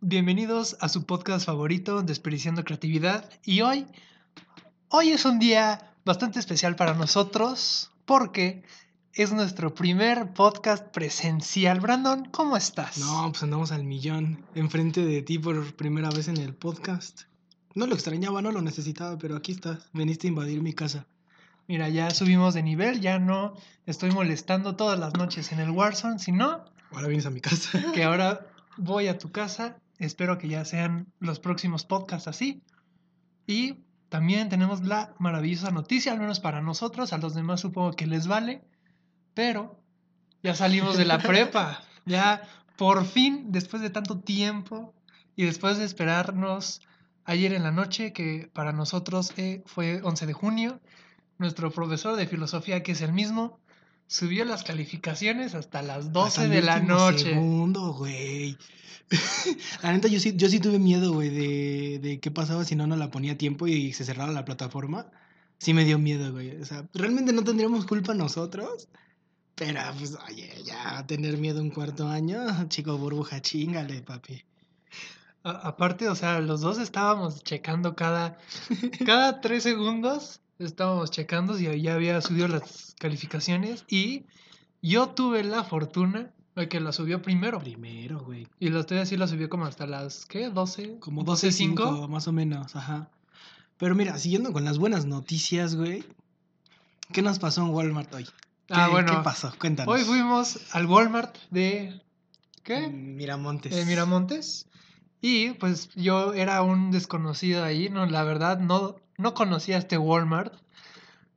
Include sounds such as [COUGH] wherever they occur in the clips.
Bienvenidos a su podcast favorito, Desperdiciando Creatividad. Y hoy, hoy es un día bastante especial para nosotros porque es nuestro primer podcast presencial. Brandon, ¿cómo estás? No, pues andamos al millón, enfrente de ti por primera vez en el podcast. No lo extrañaba, no lo necesitaba, pero aquí estás, veniste a invadir mi casa. Mira, ya subimos de nivel, ya no estoy molestando todas las noches en el Warzone, sino Ahora vienes a mi [LAUGHS] casa. que ahora voy a tu casa. Espero que ya sean los próximos podcasts así. Y también tenemos la maravillosa noticia, al menos para nosotros, a los demás supongo que les vale, pero ya salimos [LAUGHS] de la prepa. Ya por fin, después de tanto tiempo y después de esperarnos ayer en la noche, que para nosotros eh, fue 11 de junio, nuestro profesor de filosofía, que es el mismo, subió las calificaciones hasta las 12 Hasta el de la último noche. Segundo, güey. [LAUGHS] la neta, yo sí, yo sí tuve miedo, güey, de, de qué pasaba si no no la ponía a tiempo y se cerraba la plataforma. Sí me dio miedo, güey. O sea, realmente no tendríamos culpa nosotros. Pero, pues, oye, ya tener miedo un cuarto año, [LAUGHS] chico burbuja, chingale, papi. A- aparte, o sea, los dos estábamos checando [LAUGHS] cada, cada tres segundos, estábamos checando si ya había subido las calificaciones y yo tuve la fortuna de que la subió primero. Primero, güey. Y la estoy sí la subió como hasta las, ¿qué? ¿12? Como 12, 12.5. 5, más o menos, ajá. Pero mira, siguiendo con las buenas noticias, güey. ¿Qué nos pasó en Walmart hoy? ¿Qué, Ah, bueno. ¿Qué pasó? Cuéntanos. Hoy fuimos al Walmart de... ¿Qué? En Miramontes. de Eh, Miramontes. Y pues yo era un desconocido ahí, no, la verdad no, no conocía este Walmart.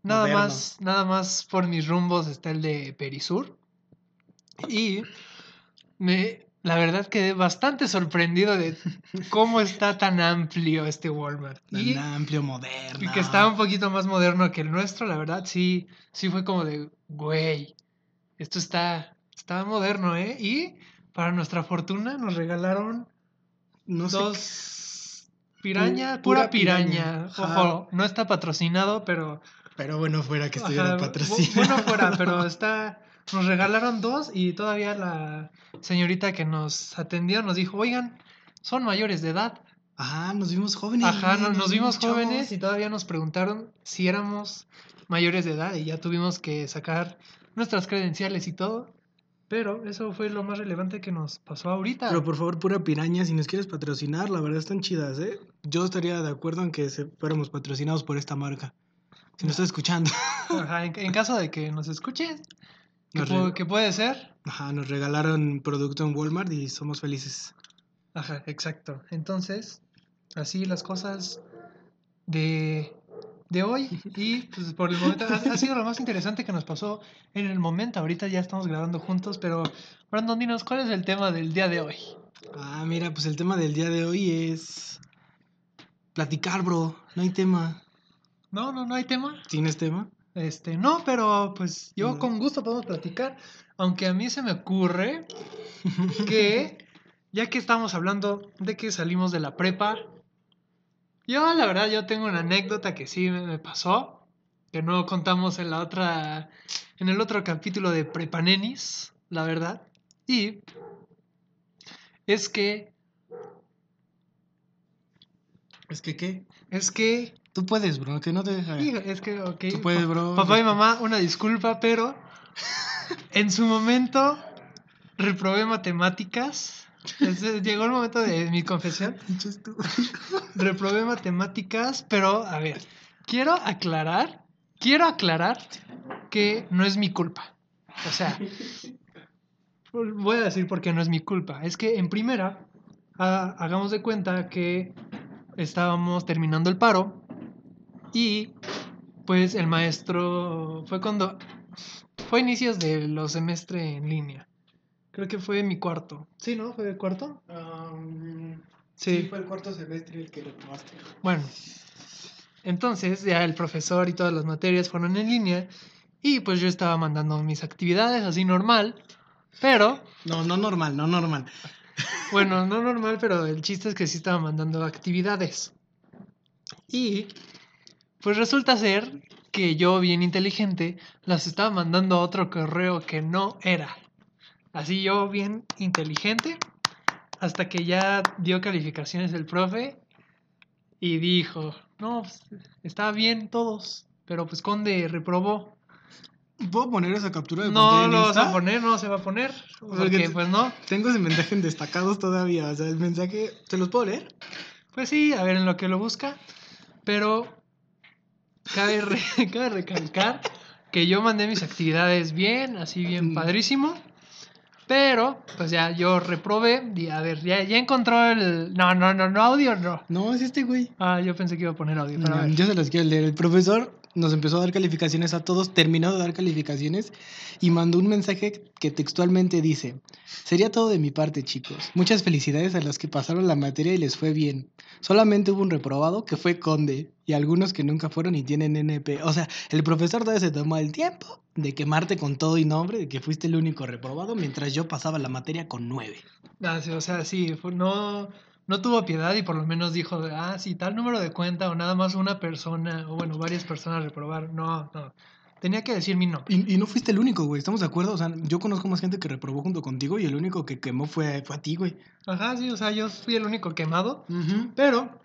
Nada Moderno. más, nada más por mis rumbos está el de Perisur. Y me, la verdad quedé bastante sorprendido de cómo está tan amplio este Walmart. Tan Y, amplio, moderno. y que está un poquito más moderno que el nuestro, la verdad sí, sí fue como de, güey, esto está, está moderno, ¿eh? Y para nuestra fortuna nos regalaron no sé dos qué- piraña, Pu- pura, pura piraña. piraña, ajá. Ojo, no está patrocinado, pero Pero bueno, fuera que ajá, estuviera bu- patrocinado. Bueno fuera, pero está nos regalaron dos y todavía la señorita que nos atendió nos dijo, "Oigan, son mayores de edad." [LAUGHS] Ajá, nos vimos jóvenes. Ajá, no- güey, nos, vimos chavos. jóvenes y todavía nos preguntaron si éramos mayores de edad y ya tuvimos que sacar nuestras credenciales y todo. Pero eso fue lo más relevante que nos pasó ahorita. Pero pues, por favor, pura piraña, si nos quieres patrocinar, la verdad están chidas, ¿eh? Yo estaría de acuerdo en que se- fuéramos patrocinados por esta marca. Si nos está escuchando. Ajá, en, en caso de que nos escuchen, que, Nos pu- re- que puede ser. Ajá, nos regalaron producto en Walmart y somos felices. Ajá, exacto. Entonces, así las cosas de, de hoy. Y pues por el momento, ha, ha sido lo más interesante que nos pasó en el momento. Ahorita ya estamos grabando juntos, pero Brandon, dinos, ¿cuál es el tema del día de hoy? Ah, mira, pues el tema del día de hoy es platicar, bro. No hay tema. No, no, no hay tema. ¿Tienes tema? Este, no, pero pues yo Mm. con gusto podemos platicar. Aunque a mí se me ocurre que, ya que estamos hablando de que salimos de la prepa, yo la verdad, yo tengo una anécdota que sí me, me pasó, que no contamos en la otra, en el otro capítulo de Prepanenis, la verdad. Y es que, Es que qué. es que, Tú puedes, bro, que no te deja. hijo, es que, ok, Tú puedes, bro. Papá y mamá, una disculpa, [LAUGHS] pero en su momento reprobé matemáticas. Ese- Llegó el momento de mi confesión. Pinches tú. Reprobé matemáticas, pero a ver, quiero aclarar, quiero aclarar que no es mi culpa. O sea, pues, voy a decir por qué no es mi culpa. Es que en primera, ha- hagamos de cuenta que estábamos terminando el paro y pues el maestro fue cuando fue a inicios de los semestres en línea. Creo que fue mi cuarto. Sí, ¿no? ¿Fue cuarto? Sí. um, fue el cuarto semestre el que lo tomaste. Bueno, entonces ya el profesor y todas las materias fueron en línea y pues yo estaba mandando mis actividades así normal, pero No, no normal, no normal. bueno, no normal, pero el chiste es que sí estaba mandando actividades. Y pues resulta ser que yo, bien inteligente, las estaba mandando a otro correo que no era. Así yo, bien inteligente, hasta que ya dio calificaciones el profe y dijo, no, pues, está bien todos, pero pues Conde reprobó. ¿Puedo poner esa captura de pantalla No en lo vas Insta? a poner, no se va a poner, Porque porque te- pues no. Tengo ese mensaje en destacados todavía. O sea, el mensaje. ¿Te los puedo leer? Pues sí, a ver en lo que lo busca, pero cabe, re- [LAUGHS] cabe recalcar que yo mandé mis actividades bien, así bien Mm. padrísimo, pero pues ya yo reprobé, y a ver, ya, ya encontró el... No, no, no, no, audio no. No, es este güey. Ah, yo pensé que iba a poner audio, pero a No, ver. Yo se los quiero leer. El profesor nos empezó a dar calificaciones a todos, terminó de dar calificaciones y mandó un mensaje que textualmente dice, sería todo de mi parte chicos, muchas felicidades a los que pasaron la materia y les fue bien. Solamente hubo un reprobado que fue Conde y algunos que nunca fueron y tienen NP. O sea, el profesor todavía se tomó el tiempo de quemarte con todo y nombre, de que fuiste el único reprobado mientras yo pasaba la materia con nueve. Ah, sí, o sea, sí, fue- no, no tuvo piedad y por lo menos dijo, ah, sí, tal número de cuenta o nada más una persona, o bueno, varias personas reprobar. No, no. Tenía que decir mi nombre. Y, y no fuiste el único, güey, ¿estamos de acuerdo? O sea, yo conozco más gente que reprobó junto contigo y el único que quemó fue, fue a ti, güey. Ajá, sí, o sea, yo fui el único quemado, pero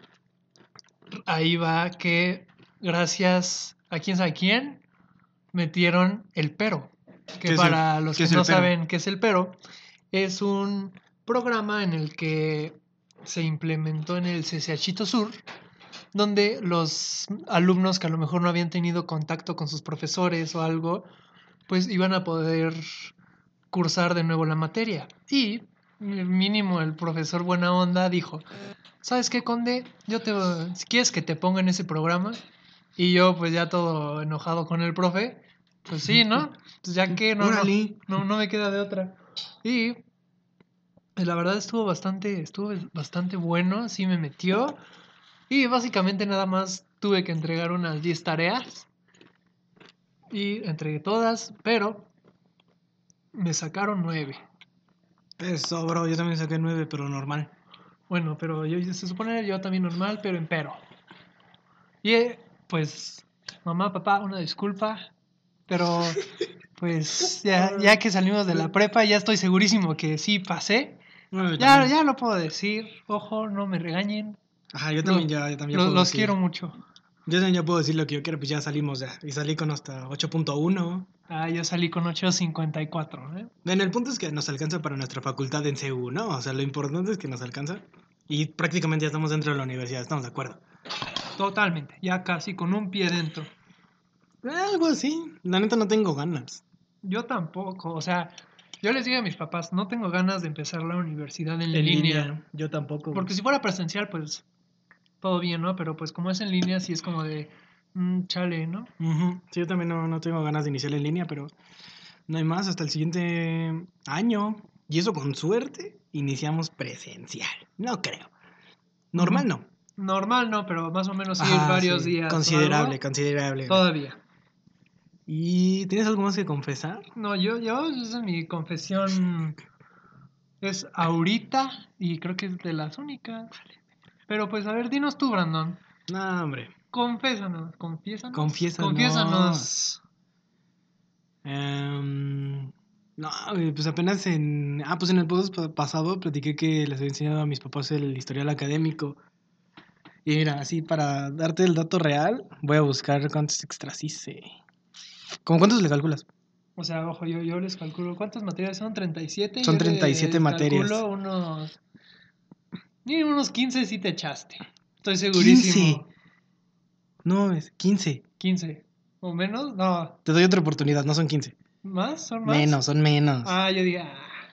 ahí va que gracias a quién sabe quién metieron el pero. ¿Qué Que es para el- los qué que es el no pero? saben qué es el pero, es un programa en el que se implementó en el CCHito Sur, donde los alumnos que a lo mejor no habían tenido contacto con sus profesores o algo, pues iban a poder cursar de nuevo la materia. Y mínimo el profesor buena onda dijo, ¿sabes qué, Conde? Yo te, si quieres que te ponga en ese programa, y yo pues ya todo enojado con el profe, pues sí, ¿no? Pues ya que no, no, Órale. no, no me queda de otra. Y pues, la verdad estuvo bastante, estuvo bastante bueno, sí me metió. Y básicamente nada más tuve que entregar unas 10 tareas. Y entregué todas, pero me sacaron 9. Eso, bro, yo también saqué nueve, pero normal. Bueno, pero yo se supone yo también normal, pero en pero. Y eh, pues, mamá, papá, una disculpa. Pero pues ya, ya que salimos de la prepa, ya estoy segurísimo que sí pasé. Nueve Ya, ya lo puedo decir. Ojo, no me regañen. Ajá, yo también Lo- ya, yo también ya Los, puedo los decir. quiero mucho. Yo también ya puedo decir lo que yo quiero, pues ya salimos ya. Y salí con hasta 8.1. Ah, yo salí con 8.54, ¿eh? Bueno, el punto es que nos alcanza para nuestra facultad en CU, ¿no? O sea, lo importante es que nos alcanza. Y prácticamente ya estamos dentro de la universidad, estamos de acuerdo. Totalmente, ya casi con un pie dentro. Algo así. La neta no tengo ganas. Yo tampoco, o sea, yo les dije a mis papás, no tengo ganas de empezar la universidad en, línea. Yo tampoco. Porque si fuera presencial, pues todo bien, ¿no? Pero pues como es en línea, sí es como de, mm, chale, ¿no? Ujú. Sí, yo también no, no tengo ganas de iniciar en línea, pero no hay más. Hasta el siguiente año. Y eso con suerte, iniciamos presencial. No creo. Normal no. Normal, ¿no? Pero más o menos sí, Ajá, varios sí, días. o Considerable, algo, considerable. Todavía. ¿Y tienes algo más que confesar? No, yo, yo, esa es mi confesión. Es ahorita y creo que es de las únicas. Pero pues a ver, dinos tú, Brandon. No, hombre. Confésanos, confiésanos. Confiésanos. Confiésanos. Em, no, güey, pues apenas en. Ah, pues en el podcast pa- pasado platiqué que les había enseñado a mis papás el historial académico. Y mira, así para darte el dato real, voy a buscar cuántos extras hice. ¿Cómo cuántos le calculas? O sea, ojo, yo, yo les calculo. ¿Cuántas materias son? Son ¿37? Yo le 37 materias. Calculo unos. Ni unos 15 sí te echaste. Estoy segurísimo. 15. No, es 15. ¿O menos? No. Te doy otra oportunidad, no son 15. ¿Más? ¿Son más? Menos, son menos. Ah, yo digo. ah.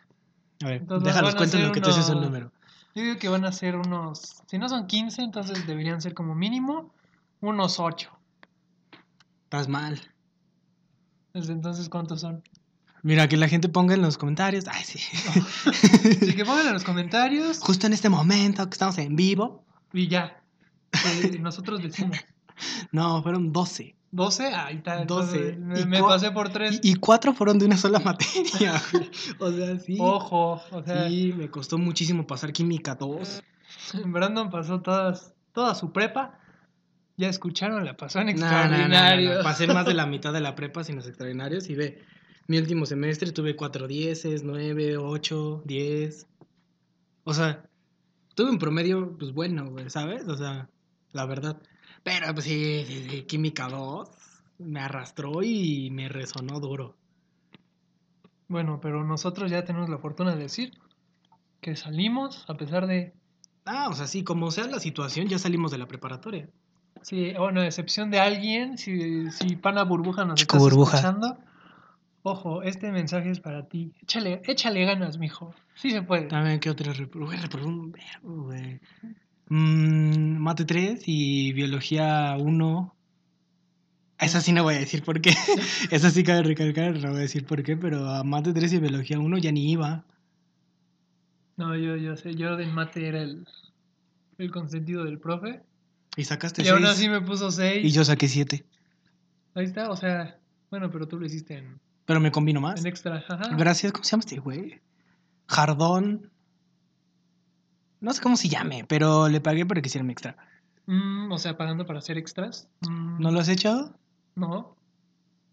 a ver, entonces van déjalos, a cuéntame ser lo que tú dices el unos- número. Yo digo que van a ser unos. Si no son 15, entonces deberían ser como mínimo unos 8. Estás mal. Desde entonces, ¿cuántos son? Mira, que la gente ponga en los comentarios. Ay, sí. [LAUGHS] Así que pongan en los comentarios Justo en este momento que estamos en vivo. y ya. Eh, nosotros decimos. No, fueron 12. 12, ahí está. 12. entonces, Me, ¿Y me cua- pasé por 3. Y, y cuatro fueron de una sola [LAUGHS] materia, güey. O sea, sí. Ojo, o sea, Sí, me costó muchísimo pasar química 2. Brandon pasó todas, toda su prepa. Ya escucharon, la pasó en No, no, no, extraordinario. no, no. Pasé más de [LAUGHS] la mitad de la prepa sin los extraordinarios y ve, mi último semestre tuve 4 dieces, 9, 8, 10. O sea, tuve un promedio, pues bueno, güey, ¿sabes? O sea, la verdad. Pero pues sí, sí, sí, Química 2 me arrastró y me resonó duro. Bueno, pero nosotros ya tenemos la fortuna de decir que salimos a pesar de... Ah, o sea, sí, como sea la situación, ya salimos de la preparatoria. Sí, bueno, a excepción de alguien, si, si Pana Burbuja nos Chico estás Burbuja. escuchando, ojo, este mensaje es para ti. Échale, échale ganas, mijo. Sí se puede. También, ¿qué otra? repro- Güey, reprobé un verbo, güey. Mm, mate 3 y biología 1. Esa sí no voy a decir por qué. [LAUGHS] Esa sí cabe recalcar, no voy a decir por qué, pero a mate 3 y biología 1 ya ni iba. No, yo, yo sé, yo del mate era el, el consentido del profe. Y sacaste Y aún 6 así me puso y 6. yo saqué 7. Ahí está, o sea, bueno, pero tú lo hiciste en, Pero me combino más. en extra. Ajá. Gracias, ¿cómo se llama este güey? Jardón. No sé cómo se llame, pero le pagué para que hiciera mi extra. Mm, o sea, pagando para hacer extras. Mm, ¿No lo has hecho? no,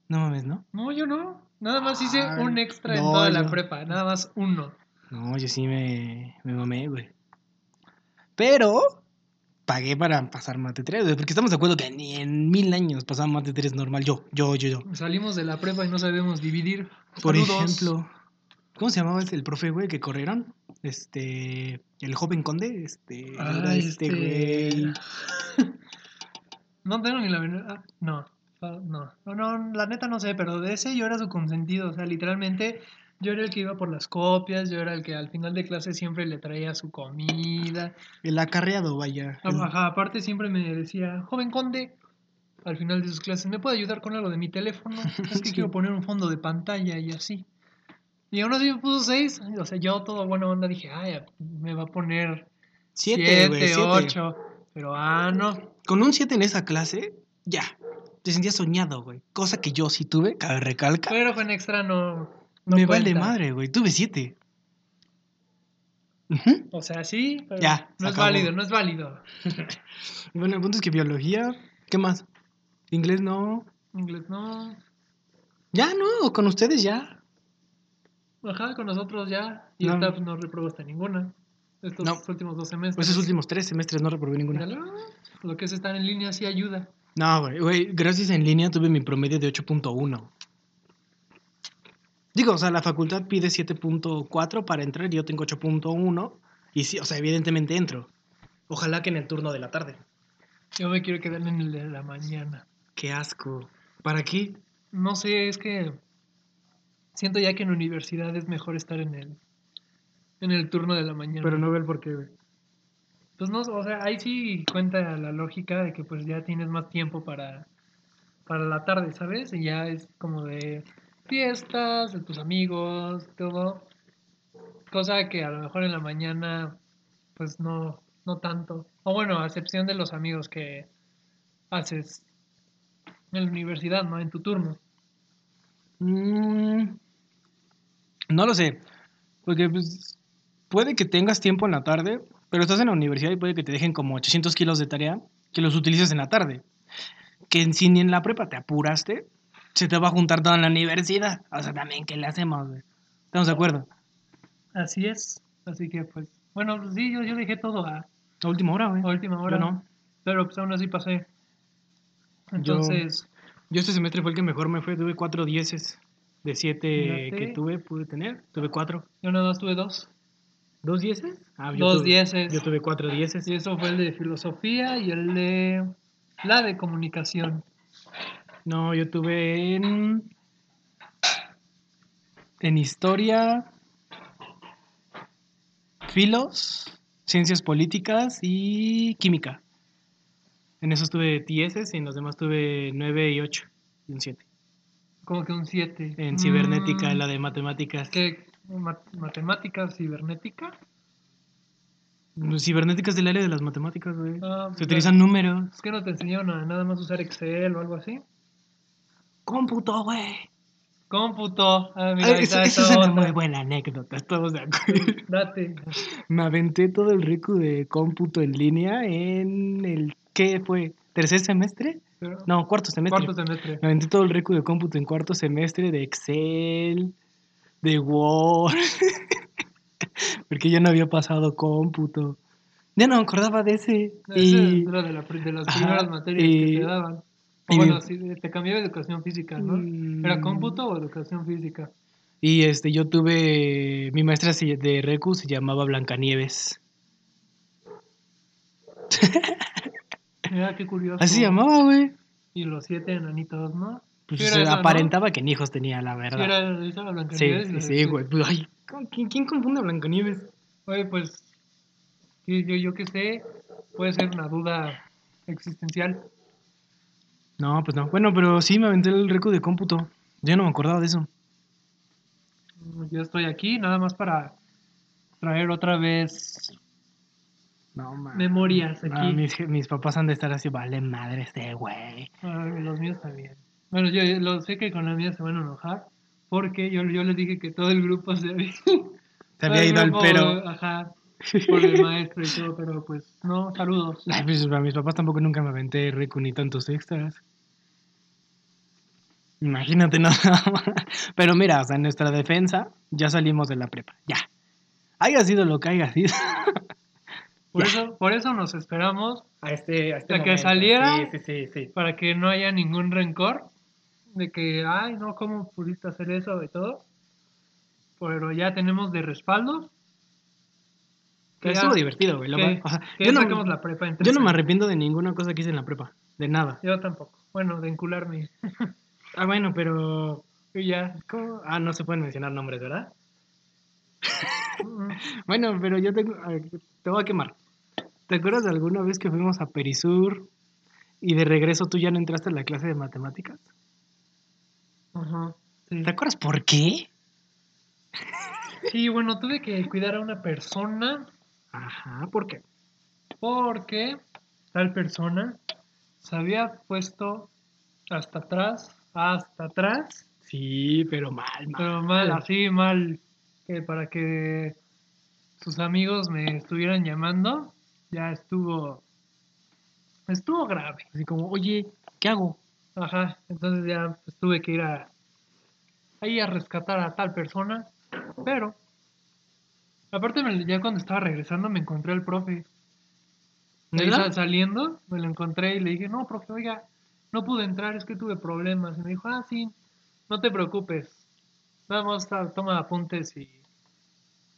No mames, ¿no? no, yo no. Nada más hice Ay, un extra en Ah, no, toda la yo- prepa, nada más uno. No, yo sí me, me mamé, güey. Pero pagué para pasar mate 3, güey, porque estamos de acuerdo que ni en mil años pasaba mate 3 normal. Yo, yo, yo, yo. Salimos de la prepa y no sabemos dividir. Por Saludos. ejemplo, ¿cómo se llamaba este, el, el profe, güey, que corrieron? Este, el joven conde, este, era Ah, este güey. [LAUGHS] No tengo ni la menor. ah, no, ah, no, no, no, la neta no sé, pero de ese yo era su consentido. O sea, literalmente yo era el que iba por las copias, yo era el que al final de clase siempre le traía su comida. El acarreado, vaya. Ah, El- Ajá, aparte siempre me decía, joven conde, al final de sus clases, ¿me puede ayudar con algo de mi [LAUGHS] teléfono? Es que Sí. quiero poner un fondo de pantalla y así. Y aún así me puso seis. O sea, yo todo buena onda dije, ay, me va a poner Siete, siete, güey, siete. ocho. Pero ah, no. Con un 7 en esa clase, ya. Te sentías soñado, güey. Cosa que yo sí tuve, cabe recalcar. Pero con extra no. no me cuenta. vale madre, güey. Tuve 7. O sea, sí, pero Ya, se no es acabó. válido, no es válido. Bueno, el punto es que biología. ¿Qué más? Inglés no. Inglés no. Ya no, con ustedes ya. Ajá, con nosotros ya. Y No. esta pues, no reprobó hasta ninguna. Estos No. últimos dos semestres. Pues Esos últimos tres semestres no reprobé ninguna. Míralo, Lo que es estar en línea sí ayuda. No, güey, güey, gracias en línea tuve mi promedio de 8.1. Digo, o sea, la facultad pide 7.4 para entrar y yo tengo 8.1. Y sí, o sea, evidentemente entro. Ojalá que en el turno de la tarde. Yo me quiero quedar en el de la mañana. Qué asco. ¿Para qué? No sé, es que siento ya que en universidad es mejor estar en el en el turno de la mañana. Pero no veo el por qué, güey. Pues no, o sea, ahí sí cuenta la lógica de que pues ya tienes más tiempo para, para la tarde, ¿sabes? Y ya es como de fiestas, de tus amigos, todo. Cosa que a lo mejor en la mañana, pues no, no tanto. O bueno, a excepción de los amigos que haces en la universidad, ¿no? En tu turno. Mm, no lo sé. Porque pues, puede que tengas tiempo en la tarde, pero estás en la universidad y puede que te dejen como 800 kilos de tarea que los utilices en la tarde. Que en- si ni en la prepa te apuraste, se te va a juntar todo en la universidad. O sea, también, ¿qué le hacemos? güey? ¿Estamos de acuerdo? Así es. Así que pues, bueno, pues, sí, yo, yo dejé todo a, A última hora, güey. a última hora. Yo no. Pero pues aún así pasé. Yo- Entonces... Yo este semestre fue el que mejor me fue. Tuve cuatro dieces de siete Fíjate. que tuve, pude tener. Tuve cuatro. Yo nada más tuve dos. ¿Dos dieces? Ah, yo dos tuve- dieces. Yo tuve cuatro dieces. Y eso fue el de filosofía y el de la de comunicación. No, yo tuve en. En historia. Filos, ciencias políticas y química. En esos tuve 10 y en los demás tuve 9 y 8 y un 7. Como que un 7. En cibernética, la de matemáticas. Mm. ¿Qué? Ma- ¿Matemática cibernética? Cibernética es del área de las matemáticas, güey. Ah, Se ya. utilizan números. Es que no te enseñaron a nada más usar Excel o algo así. Cómputo, güey. Cómputo. Ah, mira, Ah, Eso, ahí está eso es esa una onda. muy buena anécdota, estamos de acuerdo. Date. Me aventé todo el rico de cómputo en línea en el, ¿qué fue? ¿Tercer semestre? Pero- No, cuarto semestre. Cuarto semestre. Me aventé todo el rico de cómputo en cuarto semestre de Excel, de Word. [LAUGHS] Porque yo no había pasado cómputo. Yo no me acordaba de ese. Y... Y, Era de, la pri- de las Ajá, primeras materias y- que te daban. O y- bueno, sí, te cambiaba de educación física, ¿no? Mm. ¿Era cómputo o educación física? Y este, yo tuve. Mi maestra se- de Recu se llamaba Blancanieves. Mira, qué curioso. Así se llamaba, güey. Y los siete enanitos, ¿no? Pues o Sí era sea, esa, ¿no? aparentaba que ni hijos tenía, la Sí, verdad. era esa la Sí, Blancanieves y sí, los sí, siete. güey. pues, Ay, ¿con- ¿quién, quién confunde a Blancanieves? Oye, pues, sí, yo, yo qué sé, puede ser una duda existencial. No, pues no. Bueno, pero sí me aventé el Recu de cómputo. Yo no me acordaba de eso. Yo estoy aquí nada más para traer otra vez No, man. memorias aquí. Ah, mis, je- mis papás han de estar así, vale madre este güey. Ay, Ah, los míos también. Bueno, yo lo sé que con la mía se van a enojar porque yo, yo les dije que todo el grupo se había, Se [LAUGHS] todo había el ido al grupo, pero. Ajá, [LAUGHS] por el maestro y todo, pero pues no, saludos. Ay, pues, a mis papás tampoco nunca me aventé rico ni tantos extras. Imagínate [LAUGHS] nada más. Pero mira, o sea, en nuestra defensa ya salimos de la prepa. Ya. Haya sido lo que haya sido. Por Ya. eso, por eso nos esperamos A este, a este Hasta que momento. saliera. Sí, sí, sí. para que no haya ningún rencor de que, ay, no, ¿cómo pudiste hacer eso y todo? Pero ya tenemos de respaldo. Pero Que estuvo ya- divertido, güey. lo que- va- o sea, que yo, no, saquemos la prepa en yo no tercero. me arrepiento de ninguna cosa que hice en la prepa. De nada. Yo tampoco. Bueno, de encularme. Ah, bueno, pero. Y [LAUGHS] ya. ¿cómo? Ah, no se pueden mencionar nombres, ¿verdad? Mm, Bueno, pero yo tengo, a ver, te voy a quemar. ¿Te acuerdas de alguna vez que fuimos a Perisur y de regreso tú ya no entraste a la clase de matemáticas? Ajá. Sí. ¿Te acuerdas por qué? Sí, bueno, tuve que cuidar a una persona Ajá, ¿por qué? porque tal persona se había puesto hasta atrás, hasta atrás, Sí, pero mal, mal. pero mal, así mal, que para que sus amigos me estuvieran llamando, ya estuvo, estuvo grave. Así como, oye, ¿qué hago? Ajá, entonces ya pues, tuve que ir a, ahí a rescatar a tal persona, pero aparte me- ya cuando estaba regresando me encontré al profe. Ahí ¿Neta? sa- saliendo, me lo encontré y le dije, no, profe, oiga, no pude entrar, es que tuve problemas. Y me dijo, ah, sí, no te preocupes, vamos a toma apuntes y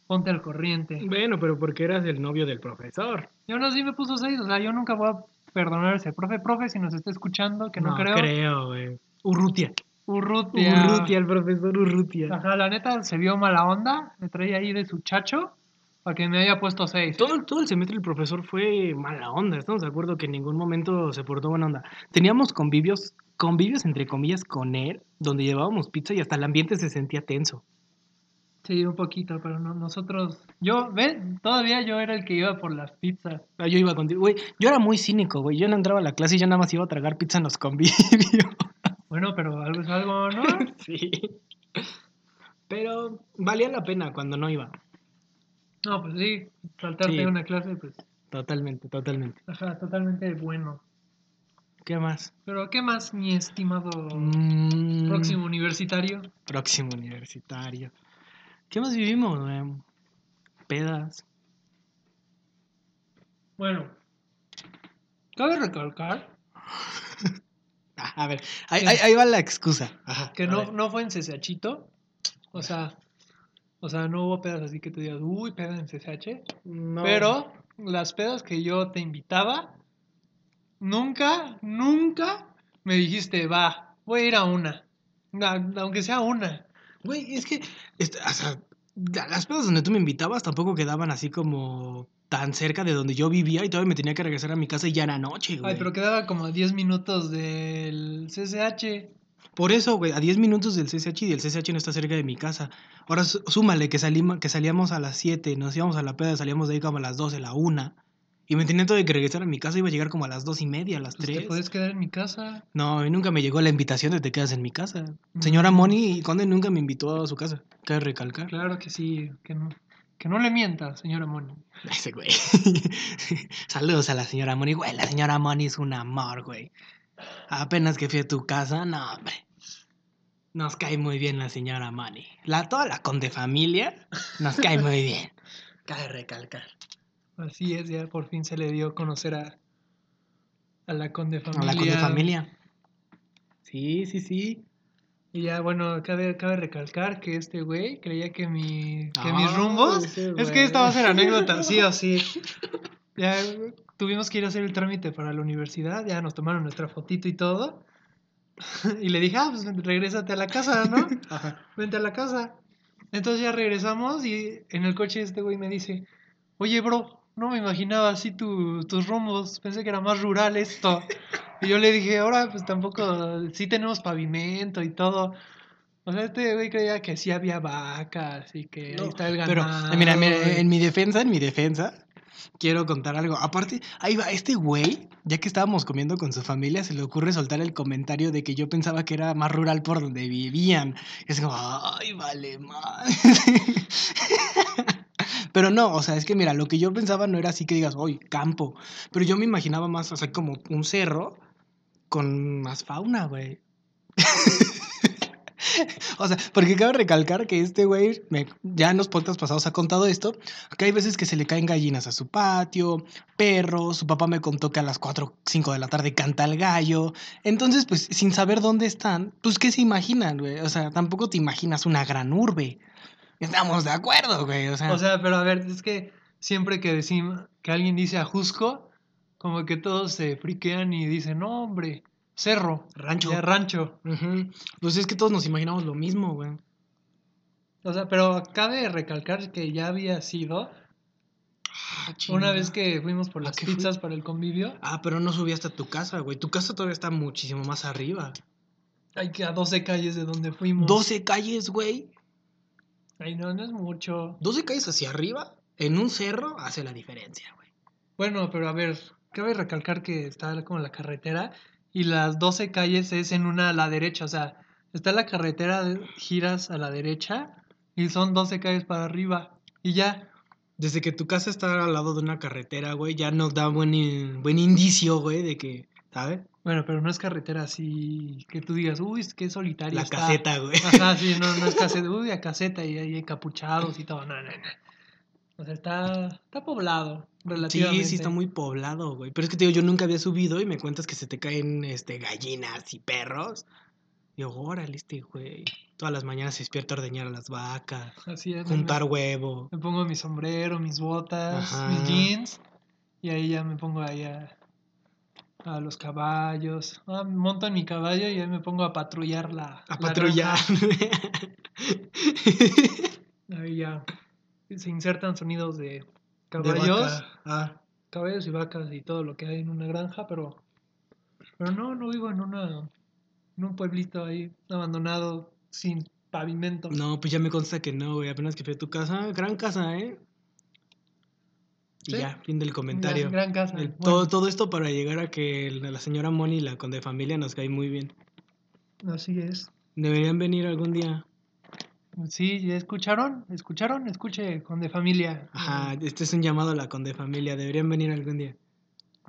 ponte al corriente. Bueno, pero porque eras el novio del profesor. Y aún así me puso seis, o sea, yo nunca voy a perdonar a ese profe, profe, si nos está escuchando, que no, creo. güey. Urrutia. Urrutia. Urrutia, el profesor Urrutia. Ajá, la neta se vio mala onda, me traía ahí de su chacho para que me haya puesto seis. Todo, todo el semestre el profesor fue mala onda, estamos de acuerdo que en ningún momento se portó buena onda. Teníamos convivios, convivios entre comillas con él, donde llevábamos pizza y hasta el ambiente se sentía tenso. Sí, un poquito, pero no, nosotros, yo, ve, todavía yo era el que iba por las pizzas. Ah, Yo iba contigo, güey, yo era muy cínico, güey, yo no entraba a la clase y yo nada más iba a tragar pizza en los [LAUGHS] convivios. Bueno, pero algo es algo, [LAUGHS] ¿no? sí. Pero valía la pena cuando no iba. No, pues sí, saltarte Sí. una clase, pues, Totalmente, totalmente. ajá, totalmente bueno. ¿Qué más? Pero, ¿qué más, mi estimado Mm, próximo universitario? Próximo universitario. ¿Qué más vivimos, güey? Pedas. Bueno, cabe recalcar Ah, A ver, ahí, ahí- ahí va la excusa. que a no, ver. no fue en CCHito, o sea, o sea, no hubo pedas así que te digas, uy, peda en CCH, pero las pedas que yo te invitaba, nunca, nunca me dijiste, va, voy a ir a una, Na- aunque sea una. Güey, es que. est- o sea, la- las pedas donde tú me invitabas tampoco quedaban así como tan cerca de donde yo vivía y todavía me tenía que regresar a mi casa y ya era noche, güey. Ay, pero quedaba como a 10 minutos del CCH. Por eso, güey, a 10 minutos del CCH y el CCH no está cerca de mi casa. Ahora sú- súmale que, salima- que salíamos a las 7, nos íbamos a la peda, salíamos de ahí como a las 12, la 1. Y me tenía todavía que regresar a mi casa, iba a llegar como a las 2 y media, a las Pues 3. te puedes quedar en mi casa. No, a mí nunca me llegó la invitación de te quedas en mi casa. Mm. Señora Moni Conde nunca me invitó a su casa. Cabe recalcar. [LAUGHS] Claro que sí, que no, que no le mienta, señora Moni. Ese güey. [LAUGHS] Saludos a la señora Moni. Güey, la señora Moni es un amor, güey. Apenas que fui a tu casa, no, hombre. [LAUGHS] Nos cae muy bien la señora Moni. La, toda la Conde familia nos cae muy bien. Cabe recalcar. Así es, ya por fin se le dio a conocer a, a la conde A familia. la conde familia. Sí, sí, sí. Y ya, bueno, cabe, cabe recalcar que este güey creía que, mi, que Ah, mis rumbos... ese es que güey. esta va a ser anécdota, sí [LAUGHS] o sí. Ya eh, tuvimos que ir a hacer el trámite para la universidad, ya nos tomaron nuestra fotito y todo. [LAUGHS] Y le dije, ah, pues regrésate a la casa, ¿no? Ajá. vente a la casa. Entonces ya regresamos y en el coche este güey me dice, oye, bro, no me imaginaba así tu- tus rumbos, pensé que era más rural esto. Y yo le dije, ahora pues tampoco, sí tenemos pavimento y todo. O sea, este güey creía que sí había vacas y que No, ahí está el Pero, ganado. eh, mira, mira, y- en mi defensa, en mi defensa, quiero contar algo. Aparte, ahí va, este güey, ya que estábamos comiendo con su familia, se le ocurre soltar el comentario de que yo pensaba que era más rural por donde vivían. Y es como, ay, vale, madre. [LAUGHS] Pero no, o sea, es que mira, lo que yo pensaba no era así que digas, hoy campo. Pero yo me imaginaba más, o sea, como un cerro con más fauna, güey. [LAUGHS] O sea, porque cabe recalcar que este güey, me- ya en los podcasts pasados ha contado esto, que hay veces que se le caen gallinas a su patio, perros, su papá me contó que a las 4, 5 de la tarde canta el gallo. Entonces, pues, sin saber dónde están, pues, ¿qué se imaginan, güey? O sea, tampoco te imaginas una gran urbe. Estamos de acuerdo, güey, o sea... O sea, pero a ver, es que siempre que decimos que alguien dice ajusco, como que todos se friquean y dicen, no, hombre, cerro, Rancho. ya, rancho. Ujú. Pues es que todos nos imaginamos lo mismo, güey. O sea, pero cabe recalcar que ya había sido Ah, una vez que fuimos por ¿A las qué fui? pizzas para el convivio, Ah, pero no subí hasta tu casa, güey. Tu casa todavía está muchísimo más arriba. hay que a 12 calles de donde fuimos. 12 calles, güey. Ay, no, no es mucho. 12 calles hacia arriba, en un cerro, hace la diferencia, güey. Bueno, pero a ver, cabe recalcar que está como la carretera y las 12 calles es en una a la derecha, o sea, está la carretera, giras a la derecha y son 12 calles para arriba y ya. Desde que tu casa está al lado de una carretera, güey, ya nos da buen, in- buen indicio, güey, de que, ¿sabes? Bueno, pero no es carretera así que tú digas, uy, es que solitaria La está". caseta, güey. Ajá, sí, no, no es caseta. Uy, a caseta y hay encapuchados y todo. No, no, no. O sea, está, está poblado relativamente. Sí, sí, está muy poblado, güey. Pero es que te digo, yo nunca había subido y me cuentas que se te caen este, gallinas y perros. Digo, órale, este güey. Todas las mañanas se despierta a ordeñar a las vacas, Así es. juntar huevo. Me, me pongo mi sombrero, mis botas, Ajá. mis jeans. Y ahí ya me pongo ahí a, a los caballos. Ah, monto en mi caballo y ahí me pongo a patrullar la. A la patrullar. granja. Ahí ya se insertan sonidos de De vaca. caballos. Ah, caballos y vacas y todo lo que hay en una granja, pero pero no, no vivo en una en un pueblito ahí abandonado sin pavimento. no, pues ya me consta que no, güey. Apenas que fui a tu casa, gran casa, ¿eh? Y Sí. ya, fin del Gran- comentario. Gran, casa. El- bueno, todo, todo esto para llegar a que la la señora Moni, la conde familia, nos cae muy bien. Así es. Deberían venir algún día. Sí, ¿ya escucharon? ¿Escucharon? Escuche con de familia. Ajá, este es un llamado a la conde familia. Deberían venir algún día.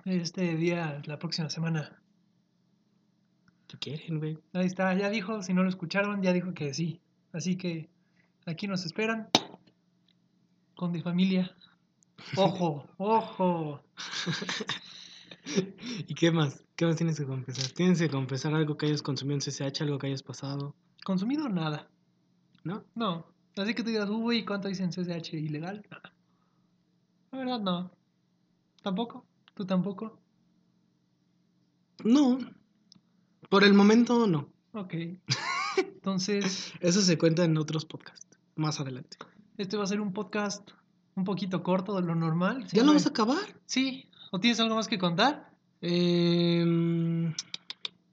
Este día, la próxima semana. ¿Qué quieren, güey? Ahí está, ya dijo, si no lo escucharon, ya dijo que sí. Así que aquí nos esperan. Con de familia. [LAUGHS] Ojo, ojo. ¿Y qué más? ¿Qué más tienes que confesar? Tienes que confesar algo que hayas consumido en CCH, algo que hayas pasado, Consumido nada. ¿no? No. Así que tú digas, uy, ¿cuánto dicen CCH ilegal? No. La verdad, no. Tampoco. Tú tampoco. No. Por el momento, no. [LAUGHS] Ok. Entonces, Eso se cuenta en otros podcasts, más adelante. este va a ser un podcast un poquito corto de lo normal. ¿Ya Siempre- lo vas a acabar? Sí. ¿O tienes algo más que contar? Em,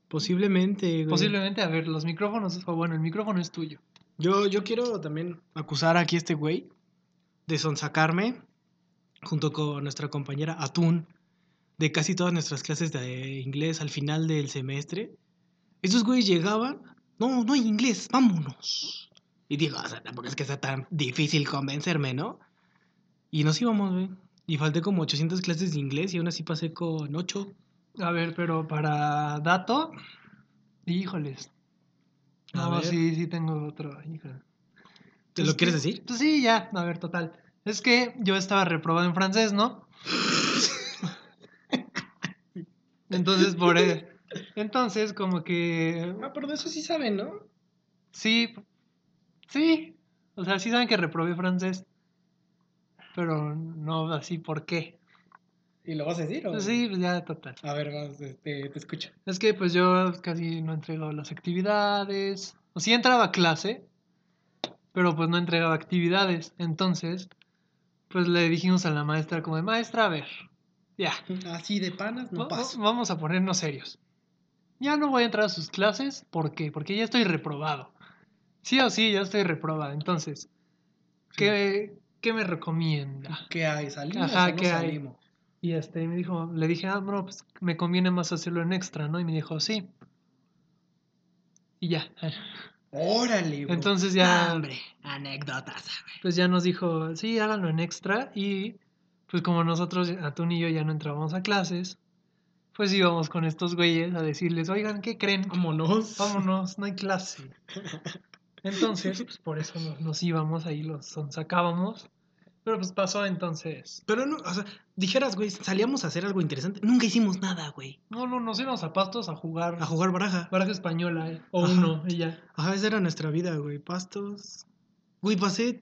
posiblemente. güey. Posiblemente, a ver, los micrófonos. o bueno, el micrófono es tuyo. Yo, yo quiero también acusar aquí a este güey de sonsacarme, junto con nuestra compañera Atún, de casi todas nuestras clases de inglés al final del semestre. Esos güeyes llegaban, no, no hay inglés, vámonos. Y digo, o sea, tampoco es que sea tan difícil convencerme, ¿no? Y nos íbamos, güey. Y falté como 800 clases de inglés y aún así pasé con 8. A ver, pero para dato. Híjoles. A No, ver. sí, sí tengo otro. Híjole. ¿Te lo Este, quieres decir? Pues sí, Pues ya. A ver, total. Es que yo estaba reprobado en francés, ¿no? [LAUGHS] Entonces, por e-, Entonces, como que. Ah, pero de eso sí saben, ¿no? Sí. Sí. O sea, sí saben que reprobé francés. Pero no así, ¿por qué? ¿Y lo vas a decir o...? Sí, pues ya, total. A ver, vas, este, te escucho. Es que pues yo casi no entregaba las actividades. O sí entraba a clase, pero pues no entregaba actividades. Entonces, pues le dijimos a la maestra como de, maestra, a ver, ya, Oh, Así de panas va- no va- paso. vamos a ponernos serios. Ya no voy a entrar a sus clases, ¿por qué? Porque ya estoy reprobado. Sí o sí, ya estoy reprobado. Entonces, ¿qué, qué me recomienda? ¿Qué hay? ¿Salimos oh. Ajá, o no ¿qué hay? salimos? Y este me dijo, le dije, ah, no, pues me conviene más hacerlo en extra, ¿no? Y me dijo, sí. Y ya. Órale, bro. Entonces ya. No, hombre, anécdotas. a ver. pues ya nos dijo, sí, háganlo en extra y pues como nosotros, Atún y yo ya no entrábamos a clases, pues íbamos con estos güeyes a decirles, oigan, ¿qué creen? Vámonos. Vámonos, no hay clase. [LAUGHS] Entonces, pues por eso nos, nos íbamos, ahí los sacábamos, pero pues pasó entonces. Pero no, o sea, dijeras, güey, salíamos a hacer algo interesante. Nunca hicimos nada, güey. No, no, nos íbamos a pastos a jugar A jugar baraja. baraja española eh, o Ajá. uno y ya. Ajá, esa era nuestra vida, güey. Pastos. Güey, pasé.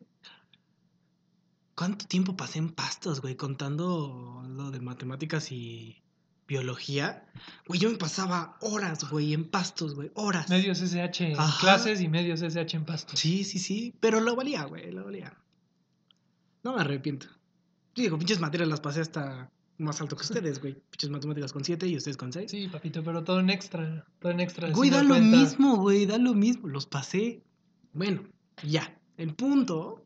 ¿Cuánto tiempo pasé en pastos, güey? Contando lo de matemáticas y biología. Güey, yo me pasaba horas, güey, en pastos, güey. Horas. Medios SH en Ajá. clases y medios SH en pastos. Sí, sí, sí. Pero lo valía, güey, lo valía. No me arrepiento. Digo, pinches materias las pasé hasta más alto que ustedes, güey. Pinches matemáticas con 7 y ustedes con 6. Sí, papito, pero todo en extra, todo en extra. Güey, sin da dar lo cuenta. mismo, güey, da lo mismo. Los pasé. Bueno, ya. El punto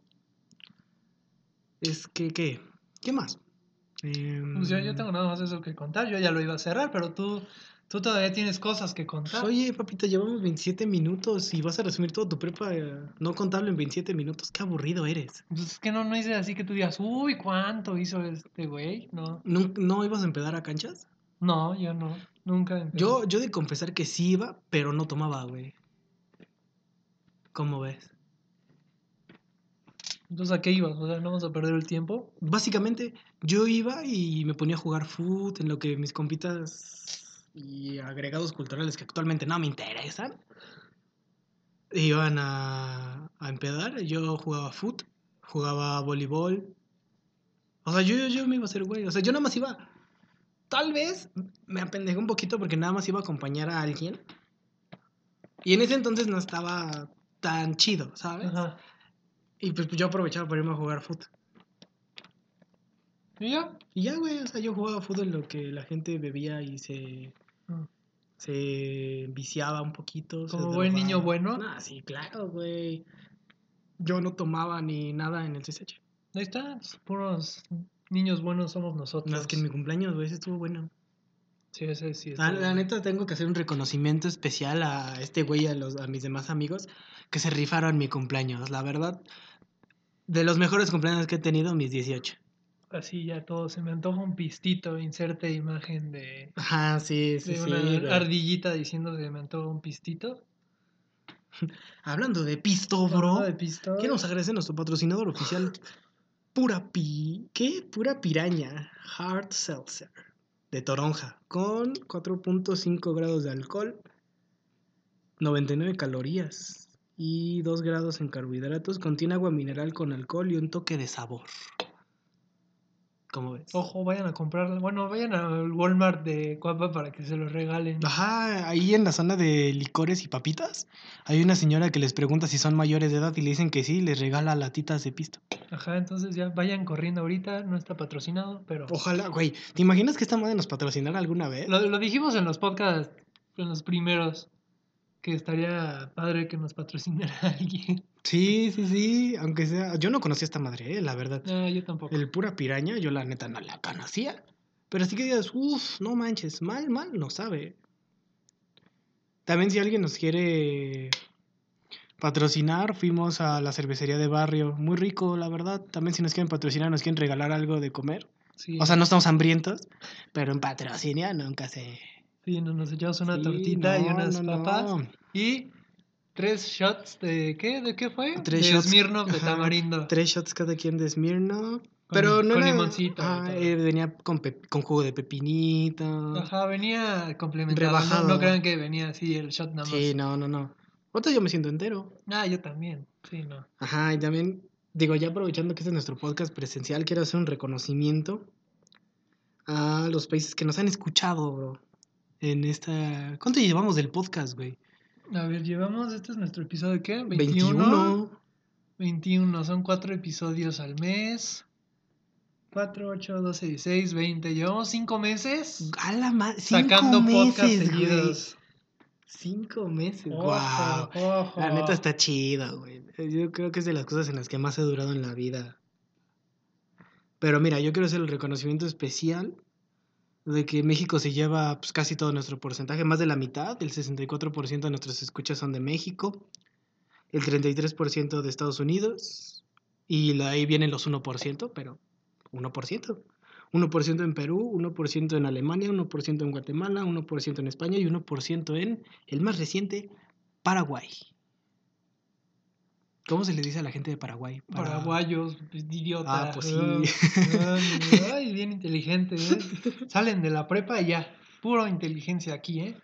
es que, ¿qué? ¿Qué más? Em, Pues yo, yo tengo nada más eso que contar. Yo ya lo iba a cerrar, pero tú, tú todavía tienes cosas que pues, contar. Oye, papito, llevamos 27 minutos y vas a resumir todo tu prepa eh, no contable en 27 minutos. Qué aburrido eres. Pues es que no, no hice así que tú digas, uy, ¿cuánto hizo este güey? No, ¿No, no ibas a empezar a canchas? no, yo no. Nunca. empecé. Yo, yo de confesar que sí iba, pero no tomaba, güey. ¿Cómo ves? Entonces, ¿a qué ibas? O sea, no vamos a perder el tiempo. Básicamente, yo iba y me ponía a jugar foot en lo que mis compitas y agregados culturales que actualmente no me interesan iban a, a empedar. Yo jugaba foot, jugaba voleibol. O sea, yo, yo, yo me iba a hacer güey. O sea, yo nada más iba. Tal vez me apendejé un poquito porque nada más iba a acompañar a alguien. Y en ese entonces no estaba tan chido, ¿sabes? Ajá. Y pues yo aprovechaba para irme a jugar foot. ¿Y ya? Y ya, güey, o sea, yo jugaba fútbol lo que la gente bebía y se, Ah. se viciaba un poquito. se Como buen drogaba. niño bueno. Ah, sí, claro, güey. Yo no tomaba ni nada en el CCH. Ahí está. pues, Puros niños buenos somos nosotros. Más que en mi cumpleaños, güey, ese estuvo bueno. Sí, ese sí. ese- La, la neta, tengo que hacer un reconocimiento especial a este güey, a, los, a mis demás amigos que se rifaron mi cumpleaños. La verdad, de los mejores cumpleaños que he tenido, mis 18. Así ya todo. Se me antoja un pistito. Inserte imagen de, Ajá, Ah, sí, de sí, sí. una güey. ardillita diciendo que me antoja un pistito. Hablando de pisto, bro. Hablando de pisto. Que nos agradece nuestro patrocinador oficial, Pura Pi. ¿Qué? Pura Piraña. Hard Seltzer. De Toronja. Con 4.5 grados de alcohol, 99 calorías y 2 grados en carbohidratos. Contiene agua mineral con alcohol y un toque de sabor. ¿Cómo ves? Ojo, vayan a comprarla. Bueno, vayan al Walmart de Cuapa para que se los regalen. Ah. Ajá, ahí en la zona de licores y papitas, hay una señora que les pregunta si son mayores de edad y le dicen que sí, les regala latitas de pisto. Ajá, entonces ya vayan corriendo ahorita. No está patrocinado, pero. Ojalá, güey. ¿Te imaginas que esta madre nos patrocinara alguna vez? Lo, lo dijimos en los podcasts, en los primeros, que estaría padre que nos patrocinara [LAUGHS] alguien. Sí, sí, sí. Aunque sea. Yo no conocía esta madre, eh, la verdad. No, yo tampoco. El pura piraña, yo la neta no la conocía. Pero así que digas, uff, no manches, mal, mal, no sabe. También si alguien nos quiere patrocinar, fuimos a la cervecería de barrio. Muy rico, la verdad. También si nos quieren patrocinar, nos quieren regalar algo de comer. Sí, O sea, no estamos hambrientos, pero en patrocinio nunca se... sí, no- nos echamos una Sí, tortita y no, unas no, no. papas. Y Tres shots de qué? ¿De qué fue? Tres de shots. Smirnoff de Ajá. tamarindo. Tres shots cada quien de Smirnoff. Pero no con era- limoncito y ah, todo. eh, venía con, pep- con jugo de pepinita. Ajá, venía complementado. ¿no? Rebajado. No, crean que venía así el shot nada más. Sí, no, no, no. Ahorita yo me siento entero. Ah, yo también. Sí, no. Ajá, y también, digo, ya aprovechando que este es nuestro podcast presencial, quiero hacer un reconocimiento a los países que nos han escuchado, bro. En esta. ¿Cuánto llevamos del podcast, güey? A ver, llevamos, este es nuestro episodio, ¿qué? 21. 21. 21, son cuatro episodios al mes. 4, 8, 12, 16, 20. Llevamos cinco meses A la ma- cinco sacando podcast meses, güey. seguidos. Cinco meses. Ojo, Guau. ojo. La neta está chida, güey. Yo creo que es de las cosas en las que más he durado en la vida. Pero mira, yo quiero hacer el reconocimiento especial de que México se lleva pues, casi todo nuestro porcentaje, más de la mitad, el 64% de nuestros escuchas son de México, el 33% de Estados Unidos, y la- ahí vienen los 1%, pero 1%. 1% en Perú, 1% en Alemania, 1% en Guatemala, 1% en España y 1% en el más reciente, Paraguay. ¿Cómo se le dice a la gente de Paraguay? Para- Paraguayos, pues, idiotas. Ah, pues sí. Ay, ay, bien inteligente, ¿eh? Salen de la prepa y ya. Puro inteligencia aquí, ¿eh?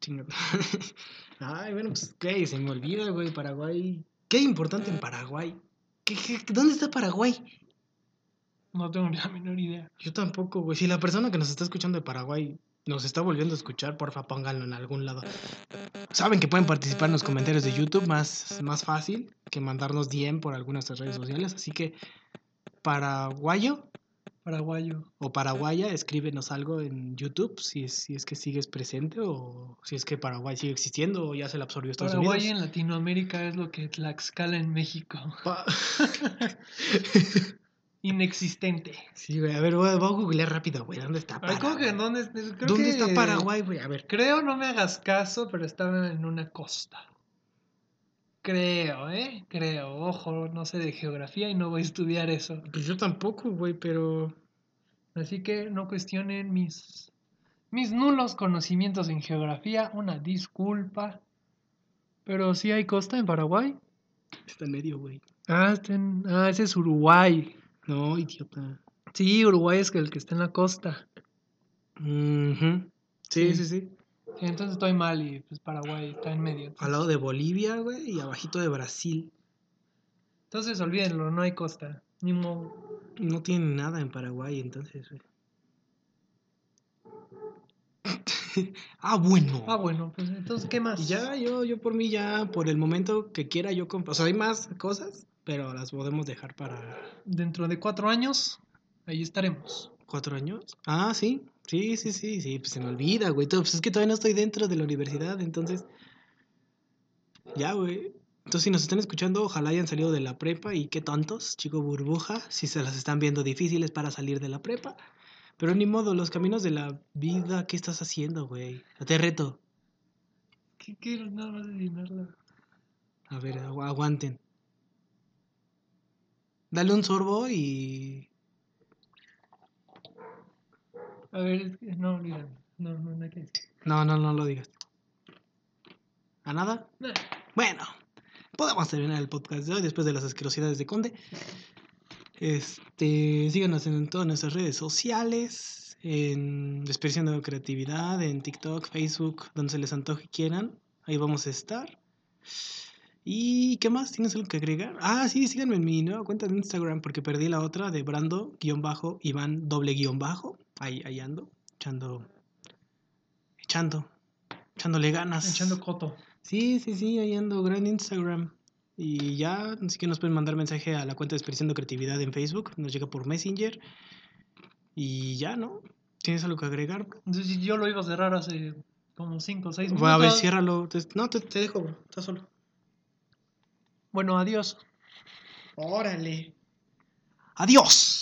Chinga. [LAUGHS] Ay, bueno, pues, ¿qué? Se me olvida, güey, Paraguay. ¿Qué hay importante en Paraguay? ¿Qué, qué- dónde está Paraguay? No tengo la menor idea. Yo tampoco, güey. Si la persona que nos está escuchando de Paraguay nos está volviendo a escuchar, porfa, pónganlo en algún lado. Saben que pueden participar en los comentarios de YouTube más. Es más fácil que mandarnos DM por algunas de redes sociales. Así que, paraguayo Paraguayo. o paraguaya, escríbenos algo en YouTube si es, si es que sigues presente o si es que Paraguay sigue existiendo o ya se la absorbió Estados Paraguay Unidos. en Latinoamérica es lo que Tlaxcala en México. Pa- [LAUGHS] Inexistente. Sí, güey. A ver, voy a, voy a googlear rápido, güey. ¿Dónde está A ver, Paraguay? ¿cómo que dónde, es- creo ¿Dónde que- está Paraguay, güey? A ver. Creo, no me hagas caso, pero estaba en una costa. Creo, ¿eh? Creo. Ojo, no sé de geografía y no voy a estudiar eso. Pues yo tampoco, güey, pero. Así que no cuestionen mis, mis nulos conocimientos en geografía. Una disculpa. Pero sí hay costa en Paraguay. Está en medio, güey. Ah, está en- ah, ese es Uruguay. No, idiota. Sí, Uruguay es el que está en la costa. Ujú. sí, sí, Sí. sí. Sí, entonces estoy mal y pues Paraguay está en medio. Al lado de Bolivia, güey, y abajito de Brasil. Entonces olvídenlo, no hay costa. Ni modo. No tiene nada en Paraguay, entonces, güey. [LAUGHS] Ah, bueno. Ah, bueno, pues entonces, ¿qué más? Y ya, yo, yo por mí, ya, por el momento que quiera, yo compro. O sea, hay más cosas, pero las podemos dejar para dentro de cuatro años, ahí estaremos. cuatro años. Ah, sí. Sí, sí, sí, sí. Pues se me olvida, güey. Todo- Pues es que todavía no estoy dentro de la universidad, entonces. Ya, güey. Entonces, si nos están escuchando, ojalá hayan salido de la prepa y qué tontos, chico burbuja, si se las están viendo difíciles para salir de la prepa. Pero ni modo, los caminos de la vida, ¿qué estás haciendo, güey? Te reto. ¿Qué quiero nada más adivinarla? A ver, agu- aguanten. Dale un sorbo y. A ver, es que- no, olvídalo. No, no, no hay que decir. No, no, no lo digas. ¿A nada? Nah. Bueno, podemos terminar el podcast de hoy después de las asquerosidades de Conde. Este, síganos en todas nuestras redes sociales, en Desperdiciando Creatividad, en TikTok, Facebook, donde se les antoje y quieran. Ahí vamos a estar. ¿Y qué más? ¿Tienes algo que agregar? Ah, sí, síganme en mi nueva cuenta de Instagram porque perdí la otra de Brando-Iván doble guión bajo. Ahí, ahí ando, echando, echando, echándole ganas. Echando coto. Sí, sí, sí, ahí ando, gran Instagram. Y ya, así que nos pueden mandar mensaje a la cuenta de Expresiando Creatividad en Facebook, nos llega por Messenger. Y ya, ¿no? ¿Tienes algo que agregar? Entonces yo lo iba a cerrar hace como cinco o seis minutos. Bueno, a ver, ciérralo. Te- No, te, te dejo, bro, estás solo. Bueno, adiós. Órale. Adiós.